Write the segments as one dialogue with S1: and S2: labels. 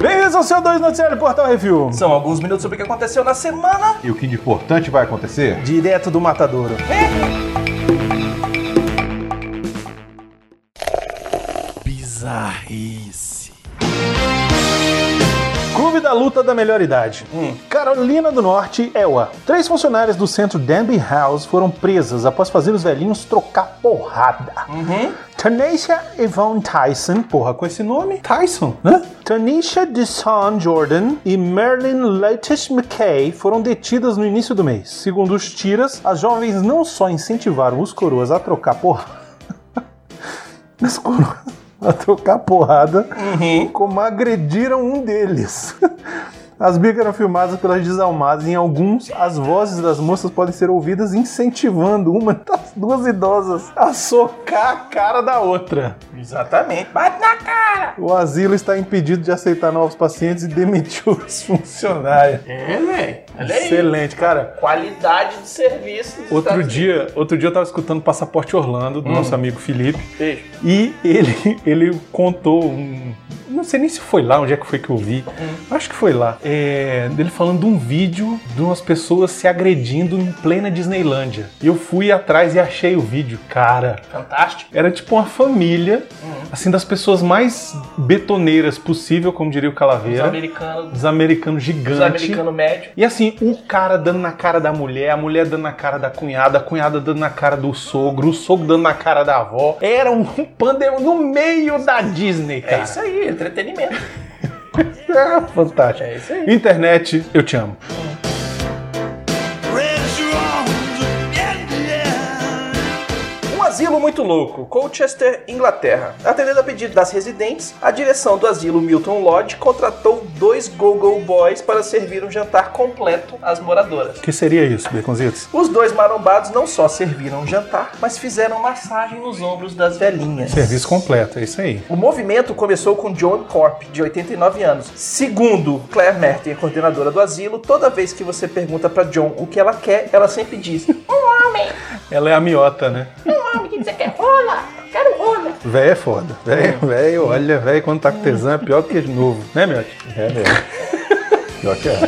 S1: Bem-vindos ao seu 2 Noticiário Portal Review.
S2: São alguns minutos sobre o que aconteceu na semana.
S3: E o que de importante vai acontecer?
S1: Direto do Matadouro.
S2: Bizarrice.
S1: Clube da Luta da Melhor Idade. Carolina do Norte, EWA. Três funcionárias do centro Danby House foram presas após fazer os velhinhos trocar porrada. Tanisha Yvonne Tyson, porra, com esse nome? Tyson, né? Tanisha Dishon Jordan e Marilyn Letish McKay foram detidas no início do mês. Segundo os tiras, as jovens não só incentivaram os coroas a trocar porrada, mas coroas a trocar porrada,
S2: Uhum.
S1: como agrediram um deles. As brigas eram filmadas pelas desalmadas e em alguns as vozes das moças podem ser ouvidas incentivando uma das duas idosas a socar a cara da outra.
S2: Exatamente. Bate na cara.
S1: O asilo está impedido de aceitar novos pacientes e demitiu os funcionários.
S2: É, velho. Olha aí.
S1: né? Excelente, cara.
S2: Qualidade de serviço. dos
S1: Outro
S2: Estados
S1: dia, outro dia eu tava escutando Passaporte Orlando do nosso amigo Felipe
S2: Unidos.
S1: e ele ele contou um não sei nem se foi lá, onde é que foi que eu vi. Acho que foi lá. É, dele falando de um vídeo de umas pessoas se agredindo em plena Disneylândia. E eu fui atrás e achei o vídeo. Cara,
S2: Fantástico.
S1: era tipo uma família, assim, das pessoas mais betoneiras possível, como diria o
S2: Os
S1: Calaveira.
S2: americanos.
S1: Dos americanos
S2: Os
S1: gigantes.
S2: americanos médios.
S1: E assim, o cara dando na cara da mulher, a mulher dando na cara da cunhada, a cunhada dando na cara do sogro, o sogro dando na cara da avó. Era um pandemônio no meio da Disney, cara.
S2: É isso aí, entretenimento.
S1: É fantástico.
S2: É isso aí.
S1: Internet, eu te amo.
S2: Um asilo muito louco, Colchester, Inglaterra. Atendendo a pedido das residentes, a direção do asilo Milton Lodge contratou dois Go-Go Boys para servir um jantar completo às moradoras.
S1: O que seria isso, Beconzitos?
S2: Os dois marombados não só serviram o jantar, mas fizeram massagem nos ombros das velhinhas.
S1: Serviço completo, é isso aí.
S2: O movimento começou com John Corp, de 89 anos. Segundo Claire Merton, a coordenadora do asilo, toda vez que você pergunta pra John o que ela quer, ela sempre diz:
S1: Ela é a miota, né? Véia é foda. Véia, véia, olha, véia, quando tá com tesão é pior do que de novo. Né, miote?
S3: É mesmo. Pior que é.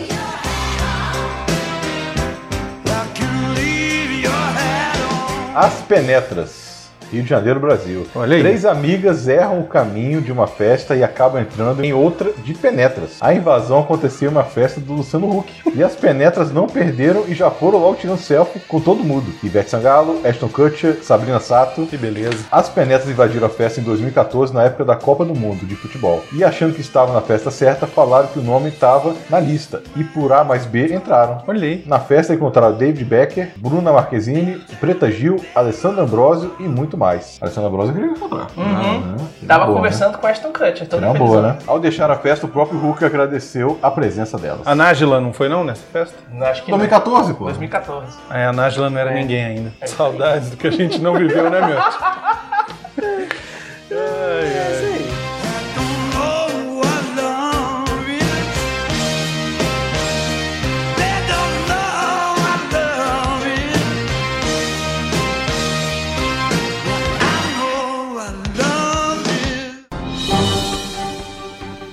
S3: As Penetras. Rio de Janeiro, Brasil.
S1: Olha aí.
S3: Três amigas erram o caminho de uma festa e acabam entrando em outra de penetras. A invasão aconteceu em uma festa do Luciano Huck. E as penetras não perderam e já foram logo tirando selfie com todo mundo. Ivete Sangalo, Ashton Kutcher, Sabrina Sato,
S1: Que beleza.
S3: as penetras invadiram a festa em 2014 na época da Copa do Mundo de futebol. E achando que estavam na festa certa, falaram que o nome estava na lista. E por A mais B entraram.
S1: Olha aí.
S3: Na festa encontraram David Becker, Bruna Marquezine, Preta Gil, Alessandro Ambrosio e muito mais. Alessandro Ambrosio eu queria encontrar.
S2: Uhum.
S3: Ah, né?
S2: Tava
S3: Boa,
S2: conversando com Ashton Kutcher.
S3: Né?
S2: todo
S3: Era uma
S2: felizão.
S3: boa, né? Ao deixar a festa, o próprio Hulk agradeceu a presença delas.
S1: A Nájila não foi não nessa festa?
S2: Não, Acho Ah, que não.
S3: 2014, pô.
S2: 2014.
S1: É, a Nájila não era ninguém ainda. Saudades do que a gente não viveu, né, miote?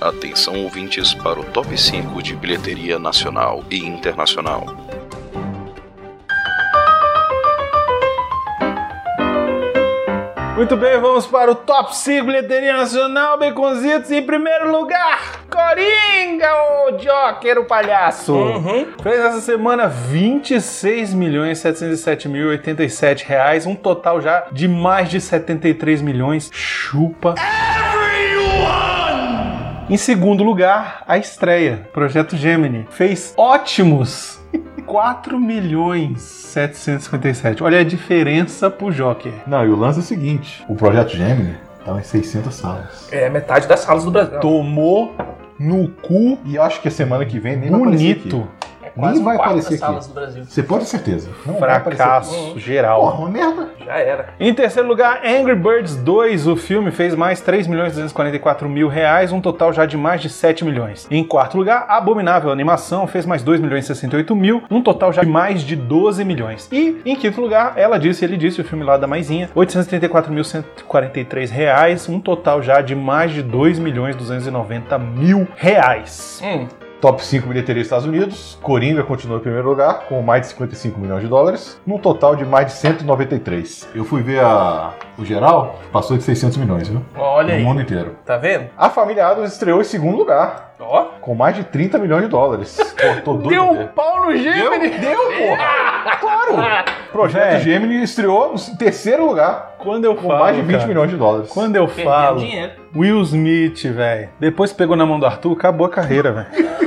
S4: Atenção ouvintes para o top 5 de bilheteria nacional e internacional.
S1: Muito bem, vamos para o top 5 bilheteria nacional, Beconzitos. Em primeiro lugar, Coringa, o Joker, o palhaço. Fez essa semana 26.707.087 reais, um total já de mais de 73 milhões. Chupa. Em segundo lugar, a estreia, Projeto Gemini. Fez ótimos 4 milhões 757. Olha a diferença pro Joker.
S3: Não, e o lance é o seguinte: o projeto Gemini tava em 600 salas.
S2: É metade das salas do Brasil.
S1: tomou no cu
S3: E eu acho que a semana que vem nem vai aparecer aqui.
S1: bonito.
S2: É quase
S5: vai
S2: quarta
S5: aparecer aqui.
S2: salas do Brasil.
S5: Você pode ter certeza. Não vai aparecer aqui.
S3: Uhum.
S1: Fracasso geral.
S5: Porra, uma merda.
S2: Já era.
S1: Em terceiro lugar, Angry Birds 2. O filme fez mais 3 milhões reais, um total já de mais de 7 milhões. Em quarto lugar, Abominável Animação fez mais 2 milhões mil, um total já de mais de 12 milhões. E em quinto lugar, ela disse, ele disse, o filme lá da Maisinha, 834.143 reais, um total já de mais de 2 milhões mil reais.
S2: Hum,
S3: Top 5 bilheteria dos Estados Unidos. Coringa continua em primeiro lugar, com mais de 55 milhões de dólares, num total de mais de 193. Eu fui ver a... o geral, passou de 600 milhões, viu?
S2: olha
S3: no
S2: aí.
S3: mundo inteiro.
S2: Tá vendo?
S3: A Família Adams estreou em segundo lugar,
S2: Ó.
S3: com mais de 30 milhões de dólares. Pô, tô doido. pra ver.
S1: um pau no É.
S3: Deu, deu, porra! Claro! Projeto
S1: Véi.
S3: Gemini estreou em terceiro lugar,
S1: Quando eu
S3: com
S1: falo,
S3: mais de 20
S1: cara,
S3: milhões de dólares.
S1: Quando eu
S2: Perdendo
S1: falo...
S2: dinheiro.
S1: Will Smith, velho. Depois que pegou na mão do Arthur, acabou a carreira, velho.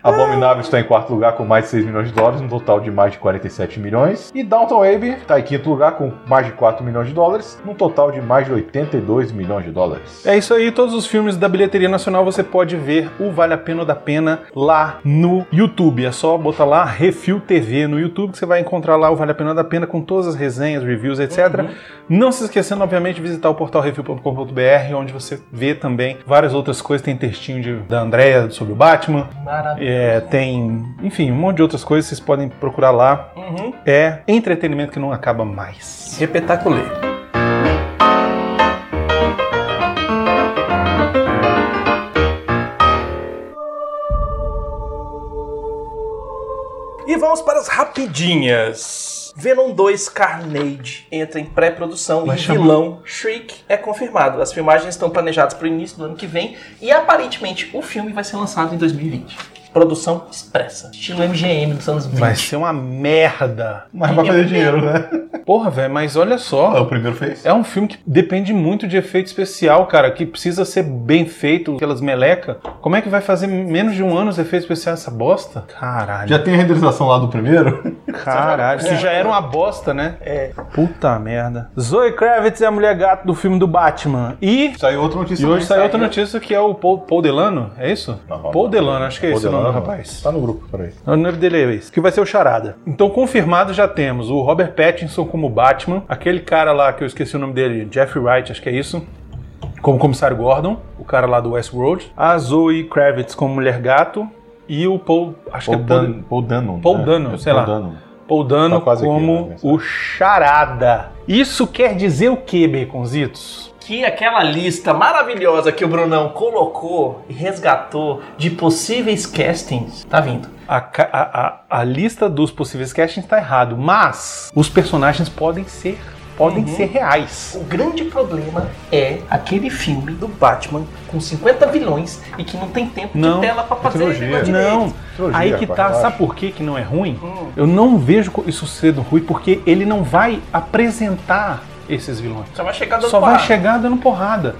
S3: Abominável está em quarto lugar com mais de 6 milhões de dólares, um total de mais de 47 milhões. E Downton Abbey está em quinto lugar com mais de 4 milhões de dólares, num total de mais de 82 milhões de dólares.
S1: É isso aí, todos os filmes da bilheteria nacional você pode ver o Vale a Pena ou da Pena lá no YouTube. É só botar lá Refil TV no YouTube que você vai encontrar lá o Vale a Pena ou da Pena com todas as resenhas, reviews, etc. Não se esquecendo, obviamente, de visitar o portal refil.com.br, onde você vê também várias outras coisas. Tem textinho de- da Andrea sobre o Batman,
S2: Maravilhoso.
S1: é, tem, enfim, um monte de outras coisas. Vocês podem procurar lá.
S2: Uhum.
S1: É entretenimento que não acaba mais.
S2: Repetaculei. E vamos para as rapidinhas. Venom 2 Carnage entra em pré-produção e
S1: Vai chamar.
S2: vilão Shriek é confirmado. As filmagens estão planejadas para o início do ano que vem e aparentemente o filme vai ser lançado em 2020. Produção expressa, estilo MGM dos anos 20.
S1: Vai ser uma merda.
S3: Mas vai fazer dinheiro, né?
S1: Porra, velho, mas olha
S3: O
S1: só.
S3: primeiro fez.
S1: É um filme que depende muito de efeito especial, cara, que precisa ser bem feito, aquelas meleca. Como é que vai fazer menos de um ano os efeitos especiais essa bosta? Caralho.
S3: Já tem a renderização lá do primeiro?
S1: Caralho, isso já era uma bosta, né? É. Puta merda. Zoe Kravitz é a mulher gato do filme do Batman. E.
S3: Saiu outra notícia.
S1: E hoje saiu outra
S3: notícia.
S1: notícia que é o Paul, Paul Delano, é isso?
S3: Não, não,
S1: Paul
S3: não.
S1: Delano, acho que é esse o nome do rapaz.
S3: Tá no grupo, peraí.
S1: O nome dele é esse, que vai ser o Charada. Então, confirmado já temos o Robert Pattinson como Batman, aquele cara lá que eu esqueci o nome dele, Jeffrey Wright, acho que é isso, como Comissário Gordon, o cara lá do Westworld, a Zoe Kravitz como Mulher Gato e o Paul, acho
S3: Paul,
S1: que é Paul,
S3: Dan, Paul né? É, Dano.
S1: Paul Dano, sei lá. Paul Dano
S3: Tá quase aqui,
S1: como
S3: né, mensagem.
S1: o Charada. Isso quer dizer o que, Baconzitos?
S2: que aquela lista maravilhosa que o Brunão colocou e resgatou de possíveis castings tá vindo.
S1: A, ca- a- a- a lista dos possíveis castings está errado, mas os personagens podem ser, podem
S2: Uhum.
S1: ser reais.
S2: O grande problema é aquele filme do Batman com 50 vilões e que não tem tempo
S1: Não,
S2: de tela pra fazer
S3: trilogia.
S2: negócio direito.
S1: Não,
S3: Trilogia,
S1: aí que tá.
S3: qualidade.
S1: Sabe por que que não é ruim?
S2: Hum.
S1: Eu não vejo co- isso sendo ruim porque ele não vai apresentar esses vilões.
S2: Só vai chegar dando
S1: Só vai
S2: porrada. Então tá.
S1: chegar dando porrada.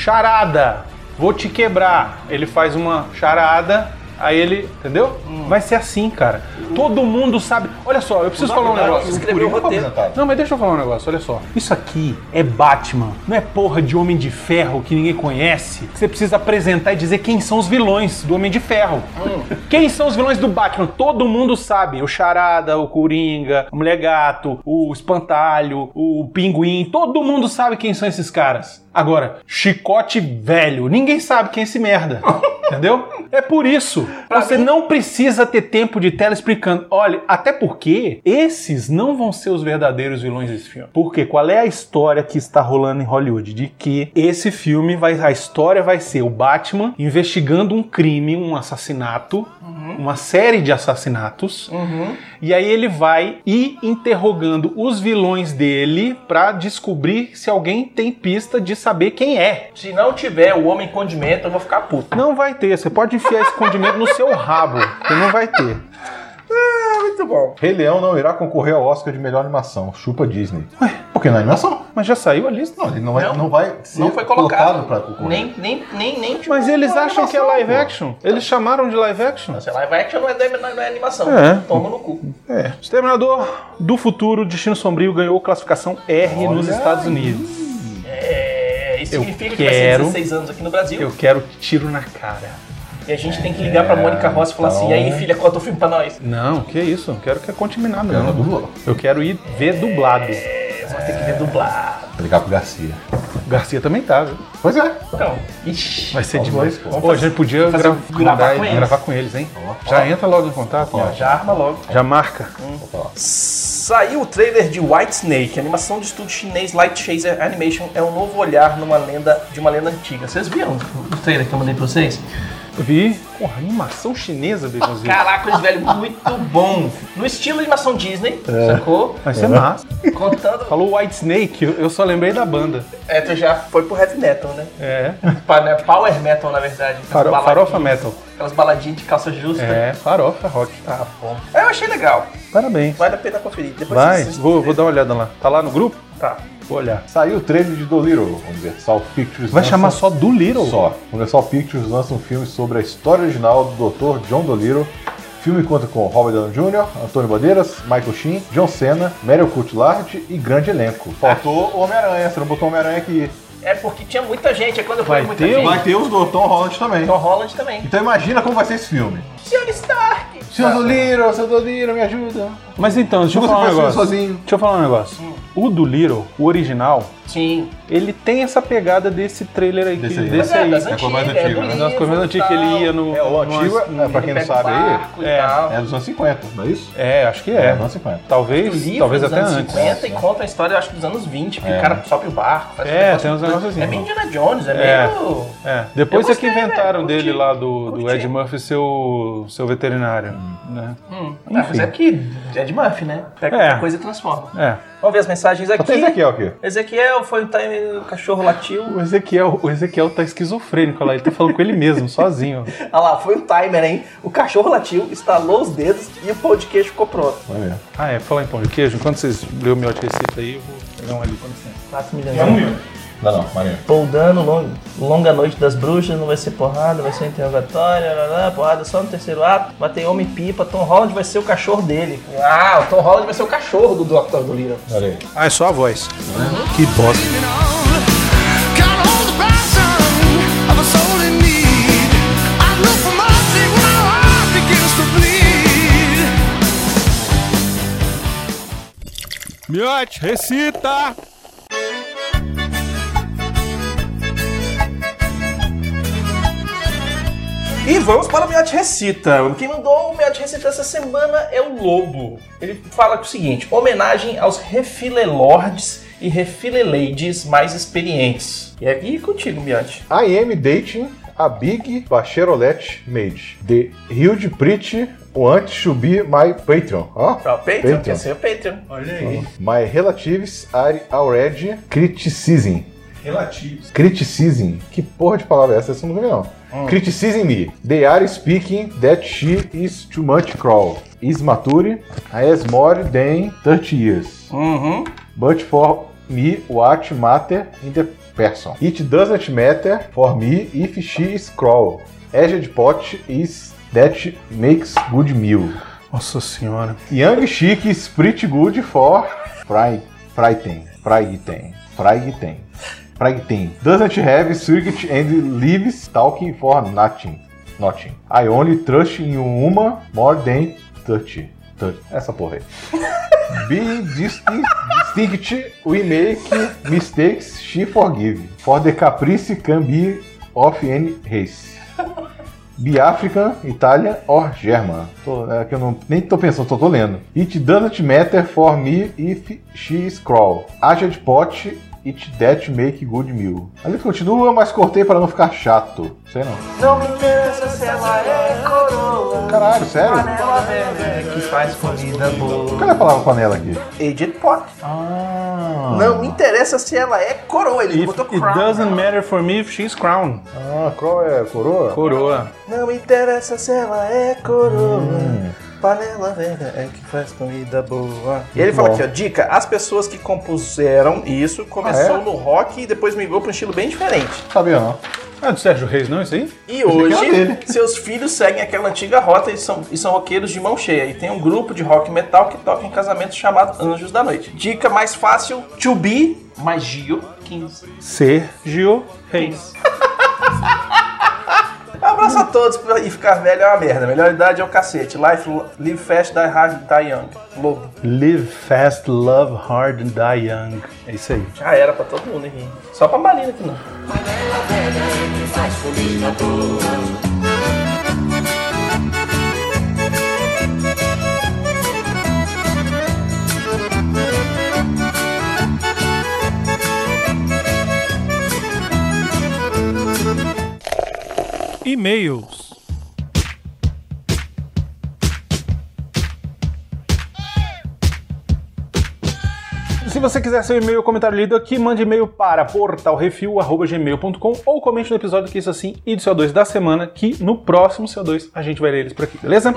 S1: Charada, vou te quebrar. Ele faz uma charada, aí ele, entendeu?
S2: Hum.
S1: Vai ser assim, cara. Todo mundo sabe. Olha só, eu preciso falar um
S2: Verdade,
S1: negócio.
S2: Escreveu o
S3: Coringa foi
S2: roteiro.
S3: apresentado.
S1: Não, mas deixa eu falar um negócio, olha só. Isso aqui é Batman, não é porra de Homem de Ferro que ninguém conhece. que Você precisa apresentar e dizer quem são os vilões do Homem de Ferro.
S2: Hum.
S1: Quem são os vilões do Batman? Todo mundo sabe. O Charada, o Coringa, o Mulher Gato, o Espantalho, o Pinguim. Todo mundo sabe quem são esses caras. Agora, Chicote Velho. Ninguém sabe quem é esse merda. Entendeu? É por isso. Você não precisa ter tempo de tela explicando. Olha, até porque esses não vão ser os verdadeiros vilões desse filme. Porque qual é a história que está rolando em Hollywood? De que esse filme vai. A história vai ser o Batman investigando um crime, um assassinato, uma série de assassinatos.
S2: Uhum.
S1: E aí ele vai ir interrogando os vilões dele pra descobrir se alguém tem pista de saber quem é.
S2: Se não tiver o homem condimento, eu vou ficar puto.
S1: Não vai ter, você pode enfiar esse condimento no seu rabo, que não vai ter.
S2: Muito bom.
S3: Rei Leão não irá concorrer ao Oscar de melhor animação. Chupa Disney. Ué, porque não é animação.
S1: Mas já saiu a lista?
S3: Não, ele não vai,
S2: Não,
S3: não, vai ser
S2: não foi colocado.
S3: pra concorrer.
S2: Nem, nem, nem, nem. tipo,
S1: Mas eles
S2: não é
S1: acham que é
S2: animação,
S1: live
S2: pô.
S1: action. Eles chamaram de live action.
S2: Sei lá, live action não é, não é animação.
S1: É.
S2: Toma no cu.
S1: É. Exterminador do Futuro, Destino Sombrio, ganhou classificação R nos
S3: Olha
S1: Estados Unidos.
S2: É, isso
S1: Eu
S2: significa que vai ser
S1: quero-
S2: 16 anos aqui no Brasil.
S1: Eu quero tiro na cara.
S2: E a gente tem que ligar pra Mônica Rossi e falar assim: e aí,
S1: Então,
S2: filha, conta o filme pra nós.
S1: Não, que isso. Não quero que é contaminado,
S3: Ela
S1: não.
S3: dublou.
S1: Eu quero ir ver dublado.
S2: Vocês vão ter que ver dublado.
S3: Vou ligar pro Garcia.
S1: Garcia também tá, viu?
S3: Pois é.
S2: Então, ixi.
S1: Vai ser
S3: Os
S1: demais.
S3: dois, pô.
S1: Pô, a gente podia
S2: fazer
S1: gra-
S2: um- gravar
S1: mandar-
S2: com eles.
S1: gravar com eles, hein? Já entra logo em contato, ó.
S2: Já arma logo.
S1: Já marca.
S2: Saiu o trailer de White Snake, animação de estúdio chinês Light Chaser Animation é um novo olhar numa lenda de uma lenda antiga. Vocês viram o trailer que eu mandei pra vocês?
S1: Vi. Porra, animação chinesa, Beijãozinho.
S2: Caraca, esse velho, muito bom. No estilo animação Disney,
S1: É.
S2: sacou?
S1: Vai ser massa.
S2: Contando.
S1: Falou White Snake, eu só lembrei da banda.
S2: É, tu já foi pro heavy metal, né?
S1: É.
S2: Pa- né? Power metal, na verdade. Aquelas
S1: Faro-
S2: baladinhas-
S1: farofa metal.
S2: Aquelas baladinhas de calça justa.
S1: É, farofa rock. Ah,
S2: Bom. Eu achei legal.
S1: parabéns.
S2: Vale a pena conferir. Depois
S1: Vai,
S2: vocês-
S1: vou, vou dar uma olhada lá. Tá lá no grupo?
S2: Tá.
S1: Vou olhar.
S3: Saiu o trailer de Dolittle, Universal Pictures.
S1: Vai
S3: lança-
S1: chamar só do Little?
S3: Só. Universal Pictures lança um filme sobre a história original do Dr. John Dolittle. O filme conta com Robert Downey Jr., Antônio Bandeiras, Michael Sheen, John Cena, Meryl Cotillard e grande elenco. Faltou o Homem-Aranha, você não botou o Homem-Aranha aqui.
S2: É porque tinha muita gente. É quando eu
S1: Vai
S2: falei muita
S1: ter? um-
S2: gente.
S3: Vai ter os do Tom Holland também.
S2: Tom Holland também.
S3: Então imagina como vai ser esse filme.
S2: Senhor Stark!
S3: Seu Dolittle, seu Dolittle, me ajuda.
S1: Mas então, deixa eu
S3: Você
S1: falar um
S3: faz
S1: negócio.
S3: sozinho.
S1: Deixa eu falar um negócio. O do Little, o original,
S2: Sim.
S1: ele tem essa pegada desse trailer aí. tá que-
S3: Desse aí, né?
S1: desse
S2: é,
S1: aí.
S2: das
S3: é a
S2: antigas,
S3: coisa mais antiga, né?
S2: do
S3: Mas
S1: É umas
S2: livro
S1: coisas
S2: e
S1: antigas que
S2: tal.
S1: ele ia no. Né,
S3: É, o
S1: no-
S3: antigo, é, pra quem
S2: Pega
S3: não
S2: o
S3: sabe aí,
S2: barco e
S1: é.
S2: tal.
S3: é dos anos 50, não é isso?
S1: É, acho que
S3: É,
S1: é.
S3: dos anos 50.
S1: Talvez,
S2: O livro
S1: talvez
S2: é dos
S1: até
S2: anos
S1: antes.
S2: 50 e conta a história, eu acho, dos anos 20, porque o cara sobe o barco, faz
S1: É,
S2: um
S1: tem uns negócios assim.
S2: É meio Indiana Jones, é,
S1: É.
S2: meio.
S1: É. Depois
S2: Eu
S1: é que
S2: gostei,
S1: inventaram
S2: velho,
S1: dele
S2: curti,
S1: lá do, do
S2: curti.
S1: Ed Murphy, seu, seu veterinário. Né?
S2: Hum, ah, mas é que é de Muff, né? Pega
S1: É.
S2: qualquer coisa e transforma.
S1: É.
S2: Vamos ver as mensagens
S3: Só tem
S2: aqui.
S3: Ezequiel aqui.
S2: Ezequiel foi o time o cachorro latiu.
S1: O Ezequiel, o Ezequiel tá esquizofrênico lá, ele tá falando com ele mesmo, sozinho.
S2: Olha lá, foi um timer, hein? O cachorro latiu, estalou os dedos e o pão de queijo ficou pronto.
S3: Vai ver.
S1: Ah, é, falar em pão de queijo, enquanto vocês lêem o meu receita aí, eu vou pegar um ali. com licença.
S2: 4 milhões.
S3: Não, não, Maria.
S2: Paul Dano, long- longa noite das bruxas, não vai ser porrada, vai ser um interrogatório, lá, lá, porrada só no terceiro ato. Matei homem pipa, Tom Holland vai ser o cachorro dele. Ah, o Tom Holland vai ser o cachorro do Dr. do Lira.
S3: Olha aí.
S1: Ah, é só a voz. Que bosta. Miote, recita!
S2: E vamos para o Miote Recita. Quem mandou o Miote Recita essa semana é o Lobo. Ele fala o seguinte: homenagem aos refilelords e refileladies mais experientes. E é aqui contigo, Miote.
S3: I am dating a big bachelorette maid. The huge pretty want to be my patron. Ó,
S2: Ó, Patreon, é assim,
S3: Patreon.
S2: quer ser o Patreon.
S3: My relatives are already criticizing. Relatives. Criticizing. Que porra de palavra é essa? Essa eu nunca vi, não. Criticizing me. They are speaking that she is too much crawl. Is mature. Has more than 30 years.
S2: Uhum.
S3: But for me, what matter in the person? It doesn't matter for me if she is crawl. Aged pot is that makes good meal.
S1: Nossa senhora.
S3: Young chic is pretty good for fry, frighten, frighten, frighten, frighten. Doesn't have circuit and leaves talking for nothing, nothing. I only trust in uma more than 30. 30. Essa porra aí. Being distinct, distinct, we make mistakes she forgive. For the caprice can be of any race. Be African, Itália or German. Tô, é que eu não, nem tô pensando, tô, tô lendo. It doesn't matter for me if she is crawl. Aged pot, it that make good meal. Ali continua, mas cortei para não ficar chato. Sei não.
S2: Não me interessa se ela é coroa.
S3: Caralho, sério?
S2: Panela velha que faz comida boa.
S3: Qual é a palavra panela aqui?
S2: Agent Pot.
S3: Ah,
S2: Não me interessa se ela é coroa. Ele
S1: If
S2: botou
S1: it
S2: crown. né?
S1: doesn't matter for me if she's crown.
S3: ah crawl é coroa?
S1: Coroa.
S2: Não me interessa se ela é coroa. Panela velha é que faz comida boa. E ele fala
S3: bom.
S2: aqui, ó, dica, as pessoas que compuseram isso começou
S3: Ah, é?
S2: no rock e depois migrou para um estilo bem diferente.
S3: Sabia não.
S1: Ah, é do Sérgio Reis, não, isso aí?
S2: E hoje,
S3: é dele.
S2: seus filhos seguem aquela antiga rota e são, e são roqueiros de mão cheia. E tem um grupo de rock metal que toca em casamentos chamado Anjos da Noite. Dica mais fácil, to be, mais Gio, 15.
S1: Sérgio Reis.
S2: Abraço Faça todos pra- e ficar velho é uma merda. Melhor idade é o cacete. Life, live fast, die hard, die young. Lobo.
S1: Live fast, love hard and die young. É isso aí.
S2: Já era pra todo mundo, hein? Só pra Marina que não.
S6: E-mails.
S1: Se você quiser seu e-mail ou comentário lido aqui, mande e-mail para portalrefil.gmail.com ou comente no episódio que isso assim e do CO2 da semana, que no próximo CO2 a gente vai ler eles por aqui, beleza?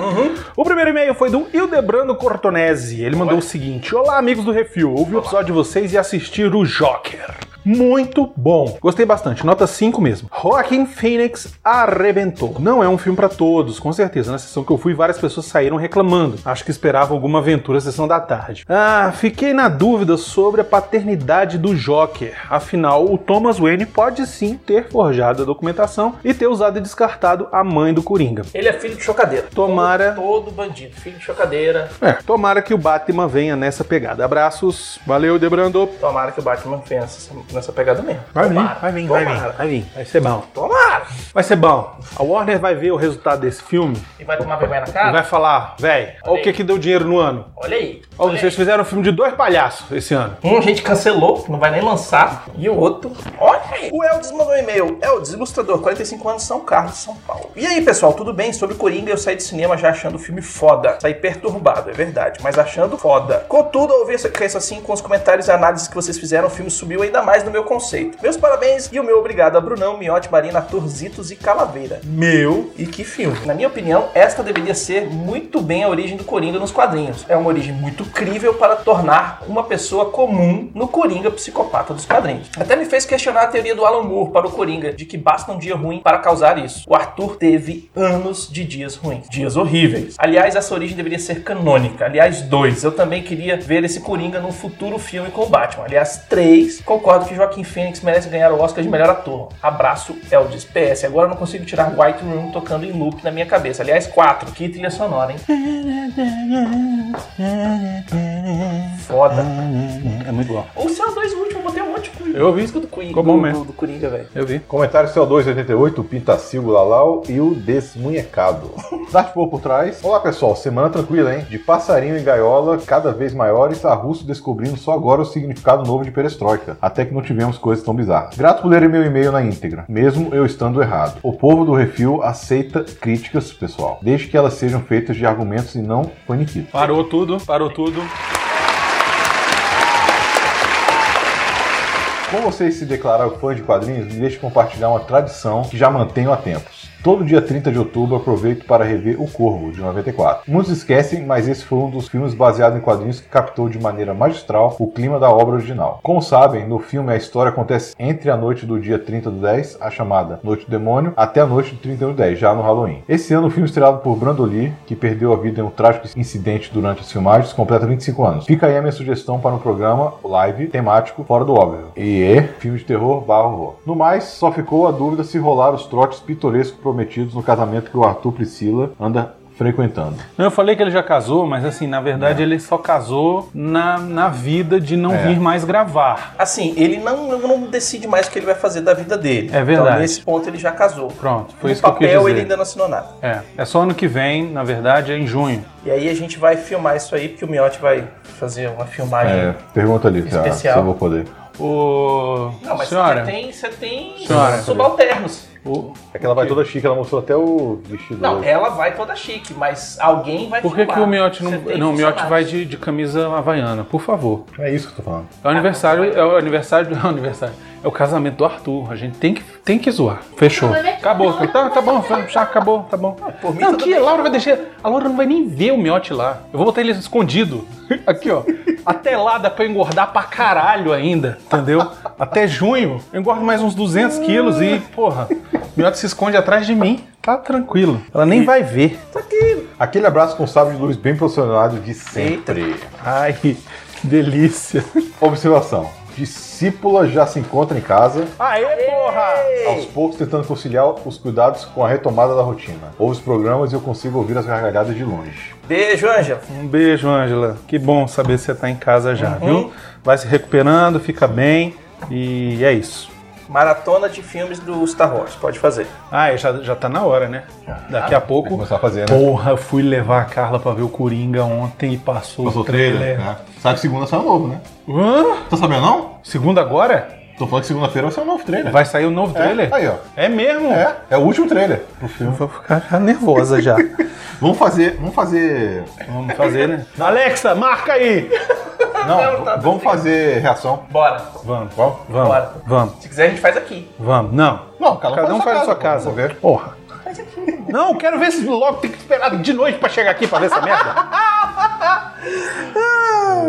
S1: O primeiro e-mail foi do Ildebrando Cortonese. Ele mandou o seguinte: Olá, amigos do Refil. Ouvi o episódio de vocês e assisti o Joker. Muito bom. Gostei bastante, nota 5 mesmo. Joaquin Phoenix arrebentou. Não é um filme pra todos, com certeza. Na sessão que eu fui, várias pessoas saíram reclamando. Acho que esperavam alguma aventura sessão da tarde. Ah, fiquei na dúvida sobre a paternidade do Joker. Afinal, o Thomas Wayne pode sim ter forjado a documentação e ter usado e descartado a mãe do Coringa.
S2: Ele é filho de chocadeira.
S1: Tomara.
S2: Todo, todo bandido. Filho de chocadeira.
S1: É, tomara que o Batman venha nessa pegada. Abraços, valeu, Debrando.
S2: Tomara que o Batman venha nessa- nessa pegada mesmo.
S1: Vai vir,
S2: Tomara.
S1: vai vir, vai vir,
S2: Tomara.
S1: vai vir. Vai ser bom.
S2: Tomara.
S1: Vai ser bom. A Warner vai ver o resultado desse filme
S2: E vai tomar vergonha na
S1: e
S2: cara?
S1: vai falar, véi, olha o que que deu dinheiro no ano.
S2: Olha aí.
S1: Ó, vocês fizeram um filme de dois palhaços esse ano.
S2: Um a gente cancelou, não vai nem lançar. E o outro. Olha aí. O Eldes mandou um e-mail. Eldes, ilustrador, 45 anos, São Carlos, São Paulo. E aí, pessoal, tudo bem? Sobre Coringa, eu saí do cinema já achando o filme foda. Saí perturbado, é verdade, mas achando foda. Contudo, ao ouvir essa crença assim, com os comentários e análises que vocês fizeram, o filme subiu ainda mais no meu conceito. Meus parabéns e o meu obrigado a Brunão, Miotti, Marina, Torzitos e Calaveira. Meu e que filme. Na minha opinião, esta deveria ser muito bem a origem do Coringa nos quadrinhos. É uma origem muito crível para tornar uma pessoa comum no Coringa psicopata dos quadrinhos. Até me fez questionar a teoria do Alan Moore para o Coringa, de que basta um dia ruim para causar isso. O Arthur teve anos de dias ruins, dias horríveis. Aliás, essa origem deveria ser canônica. Aliás, dois. Eu também queria ver esse Coringa num futuro filme com o Batman. Aliás, três. Concordo que Joaquim Phoenix merece ganhar o Oscar de melhor ator. Abraço, Eldis. PS, agora eu não consigo tirar White Room tocando em loop na minha cabeça. Aliás, quatro. Que trilha sonora, hein? Foda.
S1: É muito bom.
S2: Ou se os dois últimos, eu botei um monte de Coringa.
S1: Eu ouvi.
S2: Música do Coringa.
S1: Ficou bom
S2: do-
S1: mesmo.
S2: do- do Coringa, velho.
S1: Eu vi.
S3: Comentário CO288, Pintacilgo Lalau e o Desmunhecado. Dartpool por trás. Olá pessoal, semana tranquila, hein? De passarinho em gaiola, cada vez maiores, a Russo descobrindo só agora o significado novo de perestroika. Até que não tivemos coisas tão bizarras. Grato por lerem meu e-mail na íntegra, mesmo eu estando errado. O povo do refil aceita críticas, pessoal, desde que elas sejam feitas de argumentos e não paniquitos.
S1: Parou tudo, parou tudo.
S3: Com vocês se declarar fã de quadrinhos, me deixe compartilhar uma tradição que já mantenho há tempos. Todo dia 30 de outubro aproveito para rever O Corvo, de 94. Muitos esquecem, mas esse foi um dos filmes baseados em quadrinhos que captou de maneira magistral o clima da obra original. Como sabem, no filme a história acontece entre a noite do dia 30 do 10, a chamada Noite do Demônio, até a noite do 31 do 10, já no Halloween. Esse ano o filme é estrelado por Brandoli, que perdeu a vida em um trágico incidente durante as filmagens, completa 25 anos. Fica aí a minha sugestão para um programa live temático fora do óbvio. E é filme de terror barra horror. No mais, só ficou a dúvida se rolar os trotes pitorescos prometidos no casamento que o Arthur Priscila anda frequentando.
S1: Não, eu falei que ele já casou, mas assim, na verdade ele só casou na, na vida de não
S3: É.
S1: vir mais gravar.
S2: Assim, ele não, não decide mais o que ele vai fazer da vida dele.
S1: É verdade.
S2: Então, nesse ponto, ele já casou.
S1: Pronto, foi
S2: no
S1: isso que eu
S2: papel,
S1: quis dizer.
S2: ele ainda não assinou nada.
S1: É, é só ano que vem, na verdade é em junho.
S2: E aí a gente vai filmar isso aí, porque o Miotti vai fazer uma filmagem.
S3: É, pergunta ali, se, se
S2: Especial.
S3: eu vou poder.
S1: Ô,
S2: Não, mas
S1: senhora,
S2: você tem, você tem
S1: Senhora.
S2: subalternos.
S1: o-
S3: É que ela vai toda chique, ela mostrou até o vestido.
S2: Não, ela vai toda chique, mas alguém vai
S1: por que,
S2: filmar.
S1: que o Miotti não...
S2: Você tem
S1: Não, o Miotti
S2: funcionários.
S1: vai de, de camisa havaiana, por favor.
S3: É isso que eu tô falando.
S1: É o aniversário, é o aniversário, do- é o aniversário. É o casamento do Arthur. A gente tem que, tem que zoar. Fechou. Acabou. Tá, tá bom, já acabou, tá bom.
S2: Ah, por mim,
S1: não,
S2: tudo
S1: aqui, a
S2: bem.
S1: Laura vai deixar. A Laura não vai nem ver o miote lá. Eu vou botar ele escondido. Aqui, ó. Até lá dá pra eu engordar pra caralho ainda, entendeu? Até junho eu engordo mais uns 200 quilos e, porra, o miote se esconde atrás de mim. Tá tranquilo. Ela nem vai ver.
S3: Aquele abraço com sábio de luz bem posicionado de sempre.
S1: Ai, que delícia.
S3: Observação. Discípula já se encontra em casa,
S7: Aê, porra!
S3: aos poucos tentando conciliar os cuidados com a retomada da rotina. Ouve os programas e eu consigo ouvir as gargalhadas de longe.
S2: Beijo, Ângela.
S1: Um beijo, Ângela. Que bom saber que você tá em casa já,
S3: Uhum.
S1: viu? Vai se recuperando, fica bem e é isso.
S2: Maratona de filmes do Star Wars, pode fazer.
S1: Ah, e já, já tá na hora, né? Daqui a
S3: Vai
S1: pouco.
S3: começar a fazer, né?
S1: Porra, eu fui levar a Carla pra ver o Coringa ontem e passou,
S8: Passou o trailer?
S3: né?
S8: É. Sabe que segunda sai um novo, né?
S1: Hã?
S8: Tá sabendo não?
S1: Segunda agora?
S8: Tô falando que segunda-feira vai ser um novo trailer.
S1: Vai sair o novo trailer?
S3: Aí, ó.
S1: É mesmo?
S3: É, é o último trailer.
S1: Eu vou ficar já nervosa já.
S8: Vamos fazer. Vamos fazer.
S1: Vamos fazer, né? Alexa, marca aí!
S3: Não,
S1: tá
S3: vamos fazer reação.
S2: Bora.
S1: Vamos, vamos, vamos,
S2: Bora.
S1: vamos,
S2: Se quiser, a gente faz aqui.
S1: vamos. Não,
S3: Não,
S1: cada um faz na sua
S3: casa.
S1: casa.
S3: Vamos ver.
S1: Porra. Não, quero ver se logo tem que esperar de noite pra chegar aqui pra ver essa merda.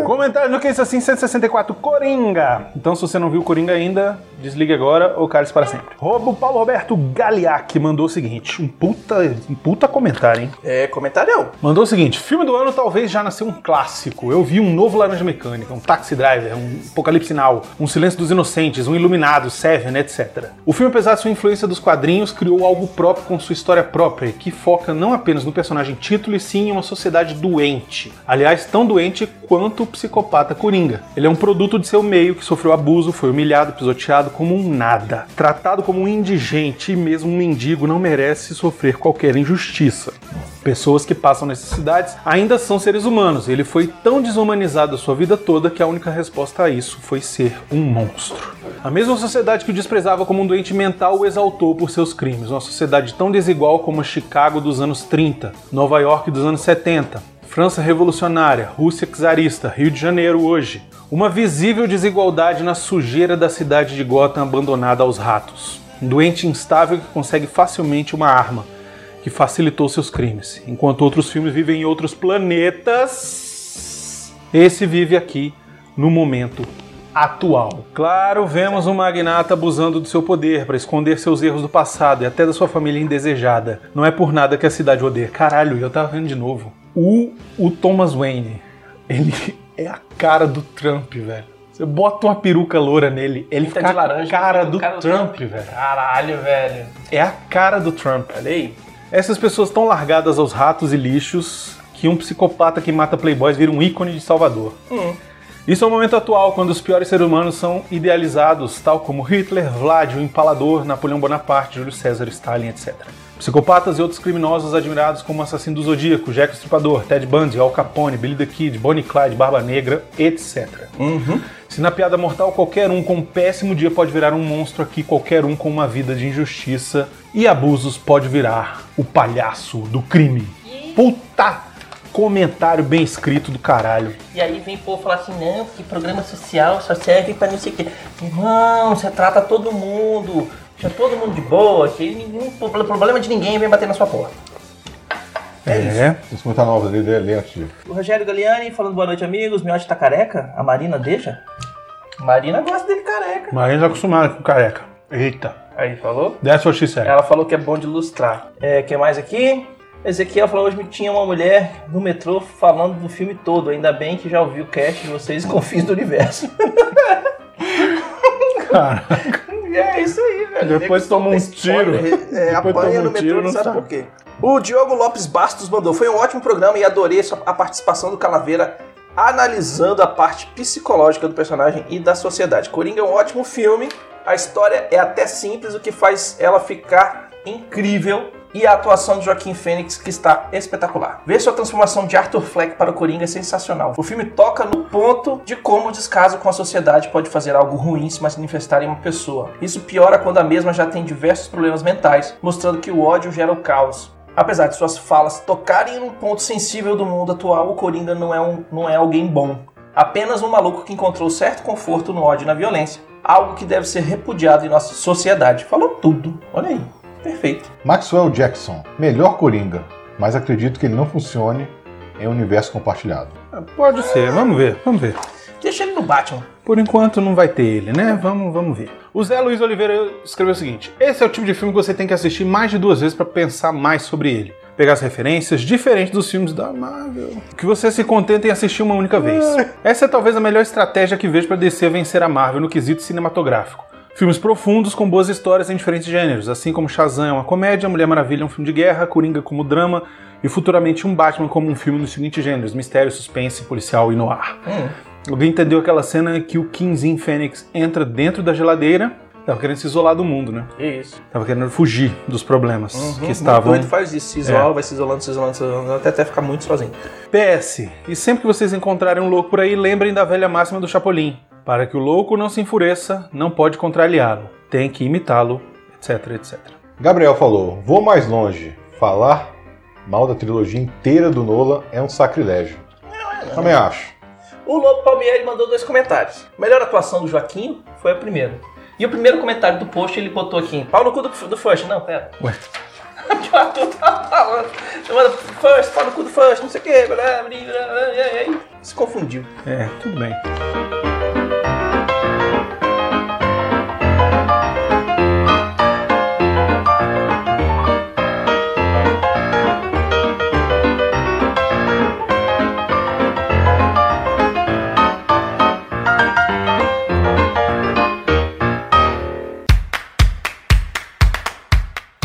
S1: Comentário no que isso assim 164 Coringa. Então, se você não viu o Coringa ainda, desligue agora ou cale para sempre. Robo Paulo Roberto Galeac mandou o seguinte: um puta, um puta comentário, hein?
S2: É, comentário.
S1: Mandou o seguinte: filme do ano talvez já nasceu um clássico. Eu vi um novo Laranja Mecânica, um Taxi Driver, um Apocalipse Now, um Silêncio dos Inocentes, um Iluminado, Seven, etc. O filme, apesar de sua influência dos quadrinhos, criou algo próprio com sua história própria, que foca não apenas no personagem título, e sim em uma sociedade doente. Aliás, tão doente quanto o psicopata Coringa. Ele é um produto de seu meio que sofreu abuso, foi humilhado, pisoteado como um nada. Tratado como um indigente e mesmo um mendigo não merece sofrer qualquer injustiça. Pessoas que passam necessidades ainda são seres humanos. Ele foi tão desumanizado a sua vida toda que a única resposta a isso foi ser um monstro. A mesma sociedade que o desprezava como um doente mental o exaltou por seus crimes. Uma sociedade tão desigual como a Chicago dos anos 30, Nova York dos anos 70, França revolucionária, Rússia czarista, Rio de Janeiro hoje. Uma visível desigualdade na sujeira da cidade de Gotham abandonada aos ratos. Um doente instável que consegue facilmente uma arma, que facilitou seus crimes. Enquanto outros filmes vivem em outros planetas, esse vive aqui no momento atual. Claro, vemos um magnata abusando do seu poder para esconder seus erros do passado e até da sua família indesejada. Não é por nada que a cidade odeia. Caralho, eu tava vendo de novo. O, o Thomas Wayne, ele é a cara do Trump, velho. Você bota uma peruca loura nele, ele
S2: Pinta
S1: fica
S2: tá de laranja,
S1: a cara
S2: o
S1: do,
S2: cara do
S1: Trump, velho.
S2: Caralho, velho.
S1: É a cara do Trump.
S2: Olha aí.
S1: Essas pessoas tão largadas aos ratos e lixos que um psicopata que mata playboys vira um ícone de Salvador. Isso é o momento atual, quando os piores seres humanos são idealizados, tal como Hitler, Vlad, o Empalador, Napoleão Bonaparte, Júlio César, Stalin, etc. Psicopatas e outros criminosos admirados como Assassino do Zodíaco, Jack o Stripador, Ted Bundy, Al Capone, Billy the Kid, Bonnie Clyde, Barba Negra, etc. Se na piada mortal qualquer um com um péssimo dia pode virar um monstro, aqui qualquer um com uma vida de injustiça e abusos pode virar o palhaço do crime. Puta comentário bem escrito do caralho.
S9: E aí vem povo falar assim, não, porque programa social só serve pra não sei o quê. Irmão, você trata todo mundo, deixa todo mundo de boa, que nenhum pro- problema de ninguém vem bater na sua porta.
S1: É.
S3: Os comentários novos ali, né? lê, lê antes de-
S9: O Rogério Galiani falando boa noite, amigos, miote tá careca? A Marina deixa?
S2: Marina gosta dele careca.
S1: Marina já acostumada tá com careca. Eita.
S2: Aí, falou?
S1: That's what she said.
S2: Ela falou que é bom de ilustrar. É, que mais aqui? Ezequiel falou hoje me tinha uma mulher no metrô falando do filme todo. Ainda bem que já ouvi o cast de vocês e Confins do Universo.
S1: Cara,
S2: E é isso aí, velho.
S1: Depois
S2: Nego
S1: toma uns
S2: spoiler, É,
S1: Depois
S2: apanha
S1: toma
S2: no
S1: um
S2: metrô,
S1: tiro,
S2: não
S1: não
S2: sabe
S1: sabe.
S2: por quê. O Diogo Lopes Bastos mandou. Foi um ótimo programa e adorei sua- a participação do Calaveira analisando a parte psicológica do personagem e da sociedade. Coringa é um ótimo filme. A história é até simples, o que faz ela ficar incrível. E a atuação de Joaquim Fênix, que está espetacular. Ver sua transformação de Arthur Fleck para o Coringa é sensacional. O filme toca no ponto de como o descaso com a sociedade pode fazer algo ruim se manifestar em uma pessoa. Isso piora quando a mesma já tem diversos problemas mentais, mostrando que o ódio gera o caos. Apesar de suas falas tocarem num ponto sensível do mundo atual, o Coringa não é, um, não é alguém bom. Apenas um maluco que encontrou certo conforto no ódio e na violência. Algo que deve ser repudiado em nossa sociedade. Falou tudo. Olha aí. Perfeito.
S3: Maxwell Jackson, melhor Coringa, mas acredito que ele não funcione em um universo compartilhado.
S1: pode ser, vamos ver, vamos ver.
S2: Deixa ele no Batman.
S1: Por enquanto não vai ter ele, né? Vamos, vamos ver. O Zé Luiz Oliveira escreveu o seguinte: Esse é o tipo de filme que você tem que assistir mais de duas vezes pra pensar mais sobre ele. pegar as referências, diferente dos filmes da Marvel. Que você se contenta em assistir uma única vez. Essa é talvez a melhor estratégia que vejo para DC vencer a Marvel no quesito cinematográfico. Filmes profundos com boas histórias em diferentes gêneros, assim como Shazam é uma comédia, Mulher Maravilha é um filme de guerra, Coringa como drama e futuramente um Batman como um filme nos seguintes gêneros: mistério, suspense, policial e noir. Alguém entendeu aquela cena que o Quinzin Fênix entra dentro da geladeira? Tava querendo se isolar do mundo, né?
S10: Isso.
S1: Tava querendo fugir dos problemas que
S10: Uhum,
S1: né?
S10: Muito
S1: estavam.
S10: doido faz isso, se isola, vai se isolando, se isolando, se isolando, até, até ficar muito sozinho.
S1: PS, e sempre que vocês encontrarem um louco por aí, lembrem da velha máxima do Chapolin. Para que o louco não se enfureça, não pode contrariá-lo. Tem que imitá-lo, etc, etc.
S3: Gabriel falou: Vou mais longe. Falar mal da trilogia inteira do Nolan é um sacrilégio. Também acho.
S10: O Lobo Palmieri mandou dois comentários. Melhor atuação do Joaquim foi a primeira.
S2: E o primeiro comentário do post ele botou aqui: pau no cu do, do First. Não, pera.
S1: Ué.
S2: O ator tava falando. Ele manda, First, pau no cu do First, não sei o que. Blá, blá, blá, blá, e aí
S10: Se confundiu.
S1: É, tudo bem.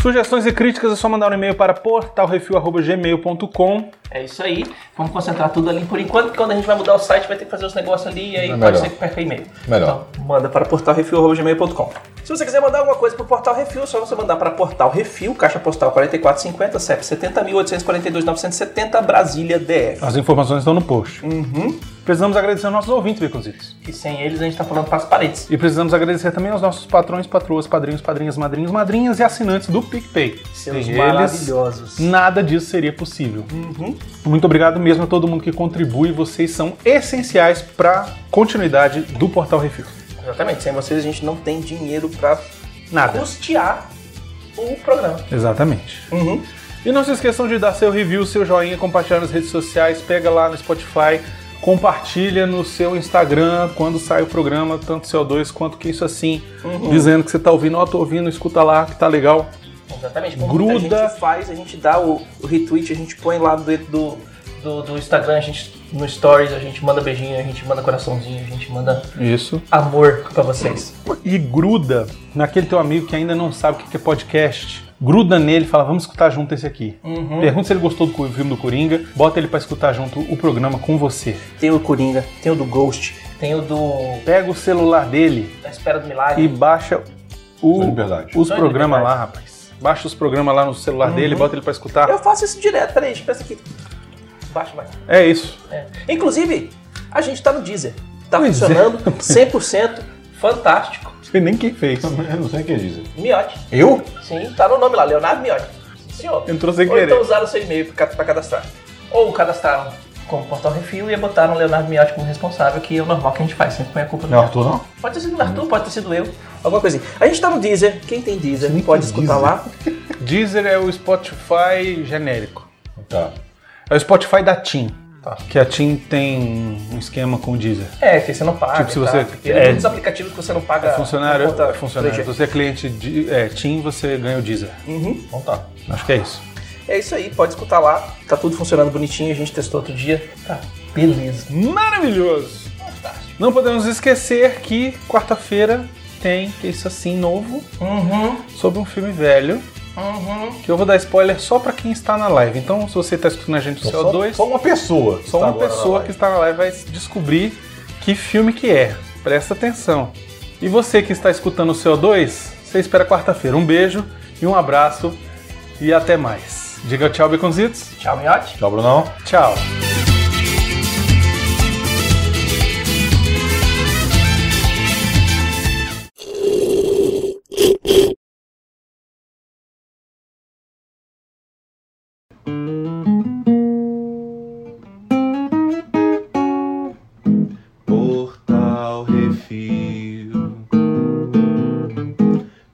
S1: Sugestões e críticas é só mandar um e-mail para portalrefil.gmail.com
S2: É isso aí. Vamos concentrar tudo ali por enquanto, porque quando a gente vai mudar o site vai ter que fazer os negócios ali e aí
S3: É
S2: pode
S3: melhor.
S2: ser que perca e-mail. Então,
S3: Melhor.
S10: Manda para portalrefil.gmail.com. Se você quiser mandar alguma coisa para o Portal Refil, é só você mandar para Portal Refil, Caixa Postal 4450, CEP 70.842.970, Brasília, DF.
S1: As informações estão no post.
S10: Uhum.
S1: Precisamos agradecer aos nossos ouvintes, Beconzitos.
S2: Que sem eles a gente tá falando para as paredes.
S1: E precisamos agradecer também aos nossos patrões, patroas, padrinhos, padrinhas, madrinhos, madrinhas e assinantes do PicPay.
S10: Seus
S1: Sem eles,
S10: maravilhosos.
S1: nada disso seria possível.
S3: Uhum.
S1: Muito obrigado mesmo a todo mundo que contribui. Vocês são essenciais para continuidade do Portal Refil.
S10: Exatamente, sem vocês a gente não tem dinheiro para
S1: Nada.
S10: custear o programa.
S1: Exatamente.
S10: Uhum.
S1: E não se esqueçam de dar seu review, seu joinha, compartilhar nas redes sociais, pega lá no Spotify, compartilha no seu Instagram quando sai o programa, tanto CO2 quanto que isso assim, dizendo que você tá ouvindo, ó, tô ouvindo, escuta lá, que tá legal.
S2: Exatamente.
S10: A
S1: Gruda.
S10: gente faz, a gente dá o, o retweet, a gente põe lá dentro do.
S2: Do, do Instagram, a gente, no Stories, a gente manda beijinho, a gente manda coraçãozinho, a gente manda
S1: Isso.
S2: amor pra vocês.
S1: E gruda naquele teu amigo que ainda não sabe o que é podcast. Gruda nele e fala, vamos escutar junto esse aqui. Pergunta se ele gostou do cu- filme do Coringa, bota ele pra escutar junto o programa com você.
S10: Tem o Coringa, tem o do Ghost.
S2: Tem o do
S1: Pega o celular dele
S2: Da Espera do Milagre.
S1: e baixa o-
S3: Só liberdade.
S1: os
S2: Só
S1: programas lá,
S2: liberdade.
S1: rapaz. Baixa os programas lá no celular dele, bota ele pra escutar.
S10: Eu faço isso direto, peraí, gente, pensa aqui.
S2: Baixa, baixa.
S1: É isso.
S10: Inclusive, a gente tá no Deezer. Tá
S1: Pois é.
S10: funcionando
S2: 100% fantástico.
S1: Não sei nem quem fez.
S3: Eu não sei o que dizer.
S2: Miote.
S3: Eu?
S2: Sim, tá no nome lá, Leonardo Miotti. Sim, senhor.
S1: Entrou sem
S2: Ou
S1: querer.
S2: então usaram seu e-mail pra, pra cadastrar. Ou cadastraram como portal refil e botaram o Leonardo Miotti como responsável, que é o normal que a gente faz, sempre põe a culpa no
S3: Não,
S2: Miotti.
S3: Arthur não?
S2: Pode ter sido o Arthur, pode ter sido eu.
S10: alguma coisinha. A gente tá no Deezer, quem tem Deezer pode escutar lá.
S1: Deezer é o Spotify genérico.
S3: Tá.
S1: É o Spotify da TIM. Que a TIM tem um esquema com o Deezer.
S2: É, que você não paga.
S1: Tipo, se
S2: e
S1: você-
S2: tal. Tem
S1: é.
S2: muitos aplicativos que você não paga.
S1: É funcionário?
S2: não conta
S1: É funcionário. Se
S2: 3G.
S1: você é cliente de é, TIM, você ganha o Deezer.
S2: Uhum.
S3: Então tá.
S1: Acho que é isso.
S10: É isso aí, pode escutar lá. Tá tudo funcionando bonitinho, a gente testou outro dia.
S2: Tá, beleza.
S1: Maravilhoso! Não podemos esquecer que quarta-feira tem que isso assim novo
S2: Uhum,
S1: sobre um filme velho.
S2: uhum.
S1: Que eu vou dar spoiler só pra quem está na live. Então, se você está escutando a gente no CO2,
S3: Só uma pessoa.
S1: Só
S3: Tá
S1: uma
S3: agora na
S1: pessoa que
S3: live.
S1: está na live vai descobrir que filme que é. Presta atenção. E você que está escutando o CO2, você espera quarta-feira. Um beijo e um abraço e até mais. Diga tchau, Beconzitos.
S2: Tchau, Miotti.
S3: Tchau, Brunão.
S1: Tchau.
S9: Portal Refil.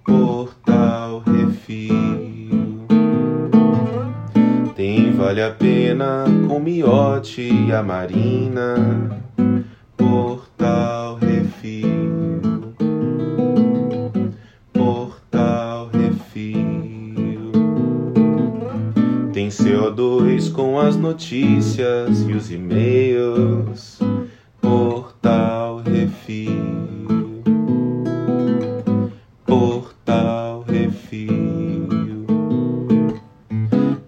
S9: Portal Refil. Tem Vale a Pena com Miote e a Marina. Portal Refil. Portal Refil. Tem seu com as notícias e os e-mails. Portal Refil. Portal Refil.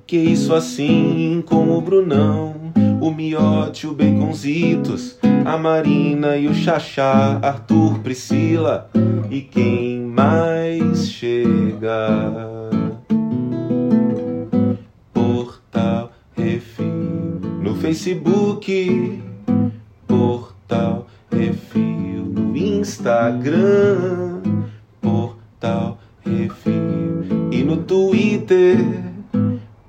S9: Que isso assim com o Brunão, o Miote, o Baconzitos, a Marina e o Xaxá, Arthur, Priscila e quem mais chega. Portal Refil no Facebook, Portal Refil no Instagram, Portal Refil e no Twitter,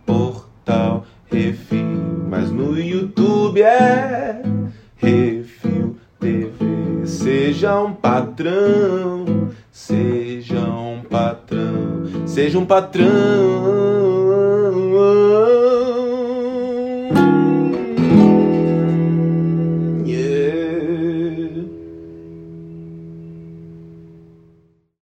S9: Portal Refil, mas no YouTube é Refil TV. Seja um patrão, seja um patrão, seja um patrão.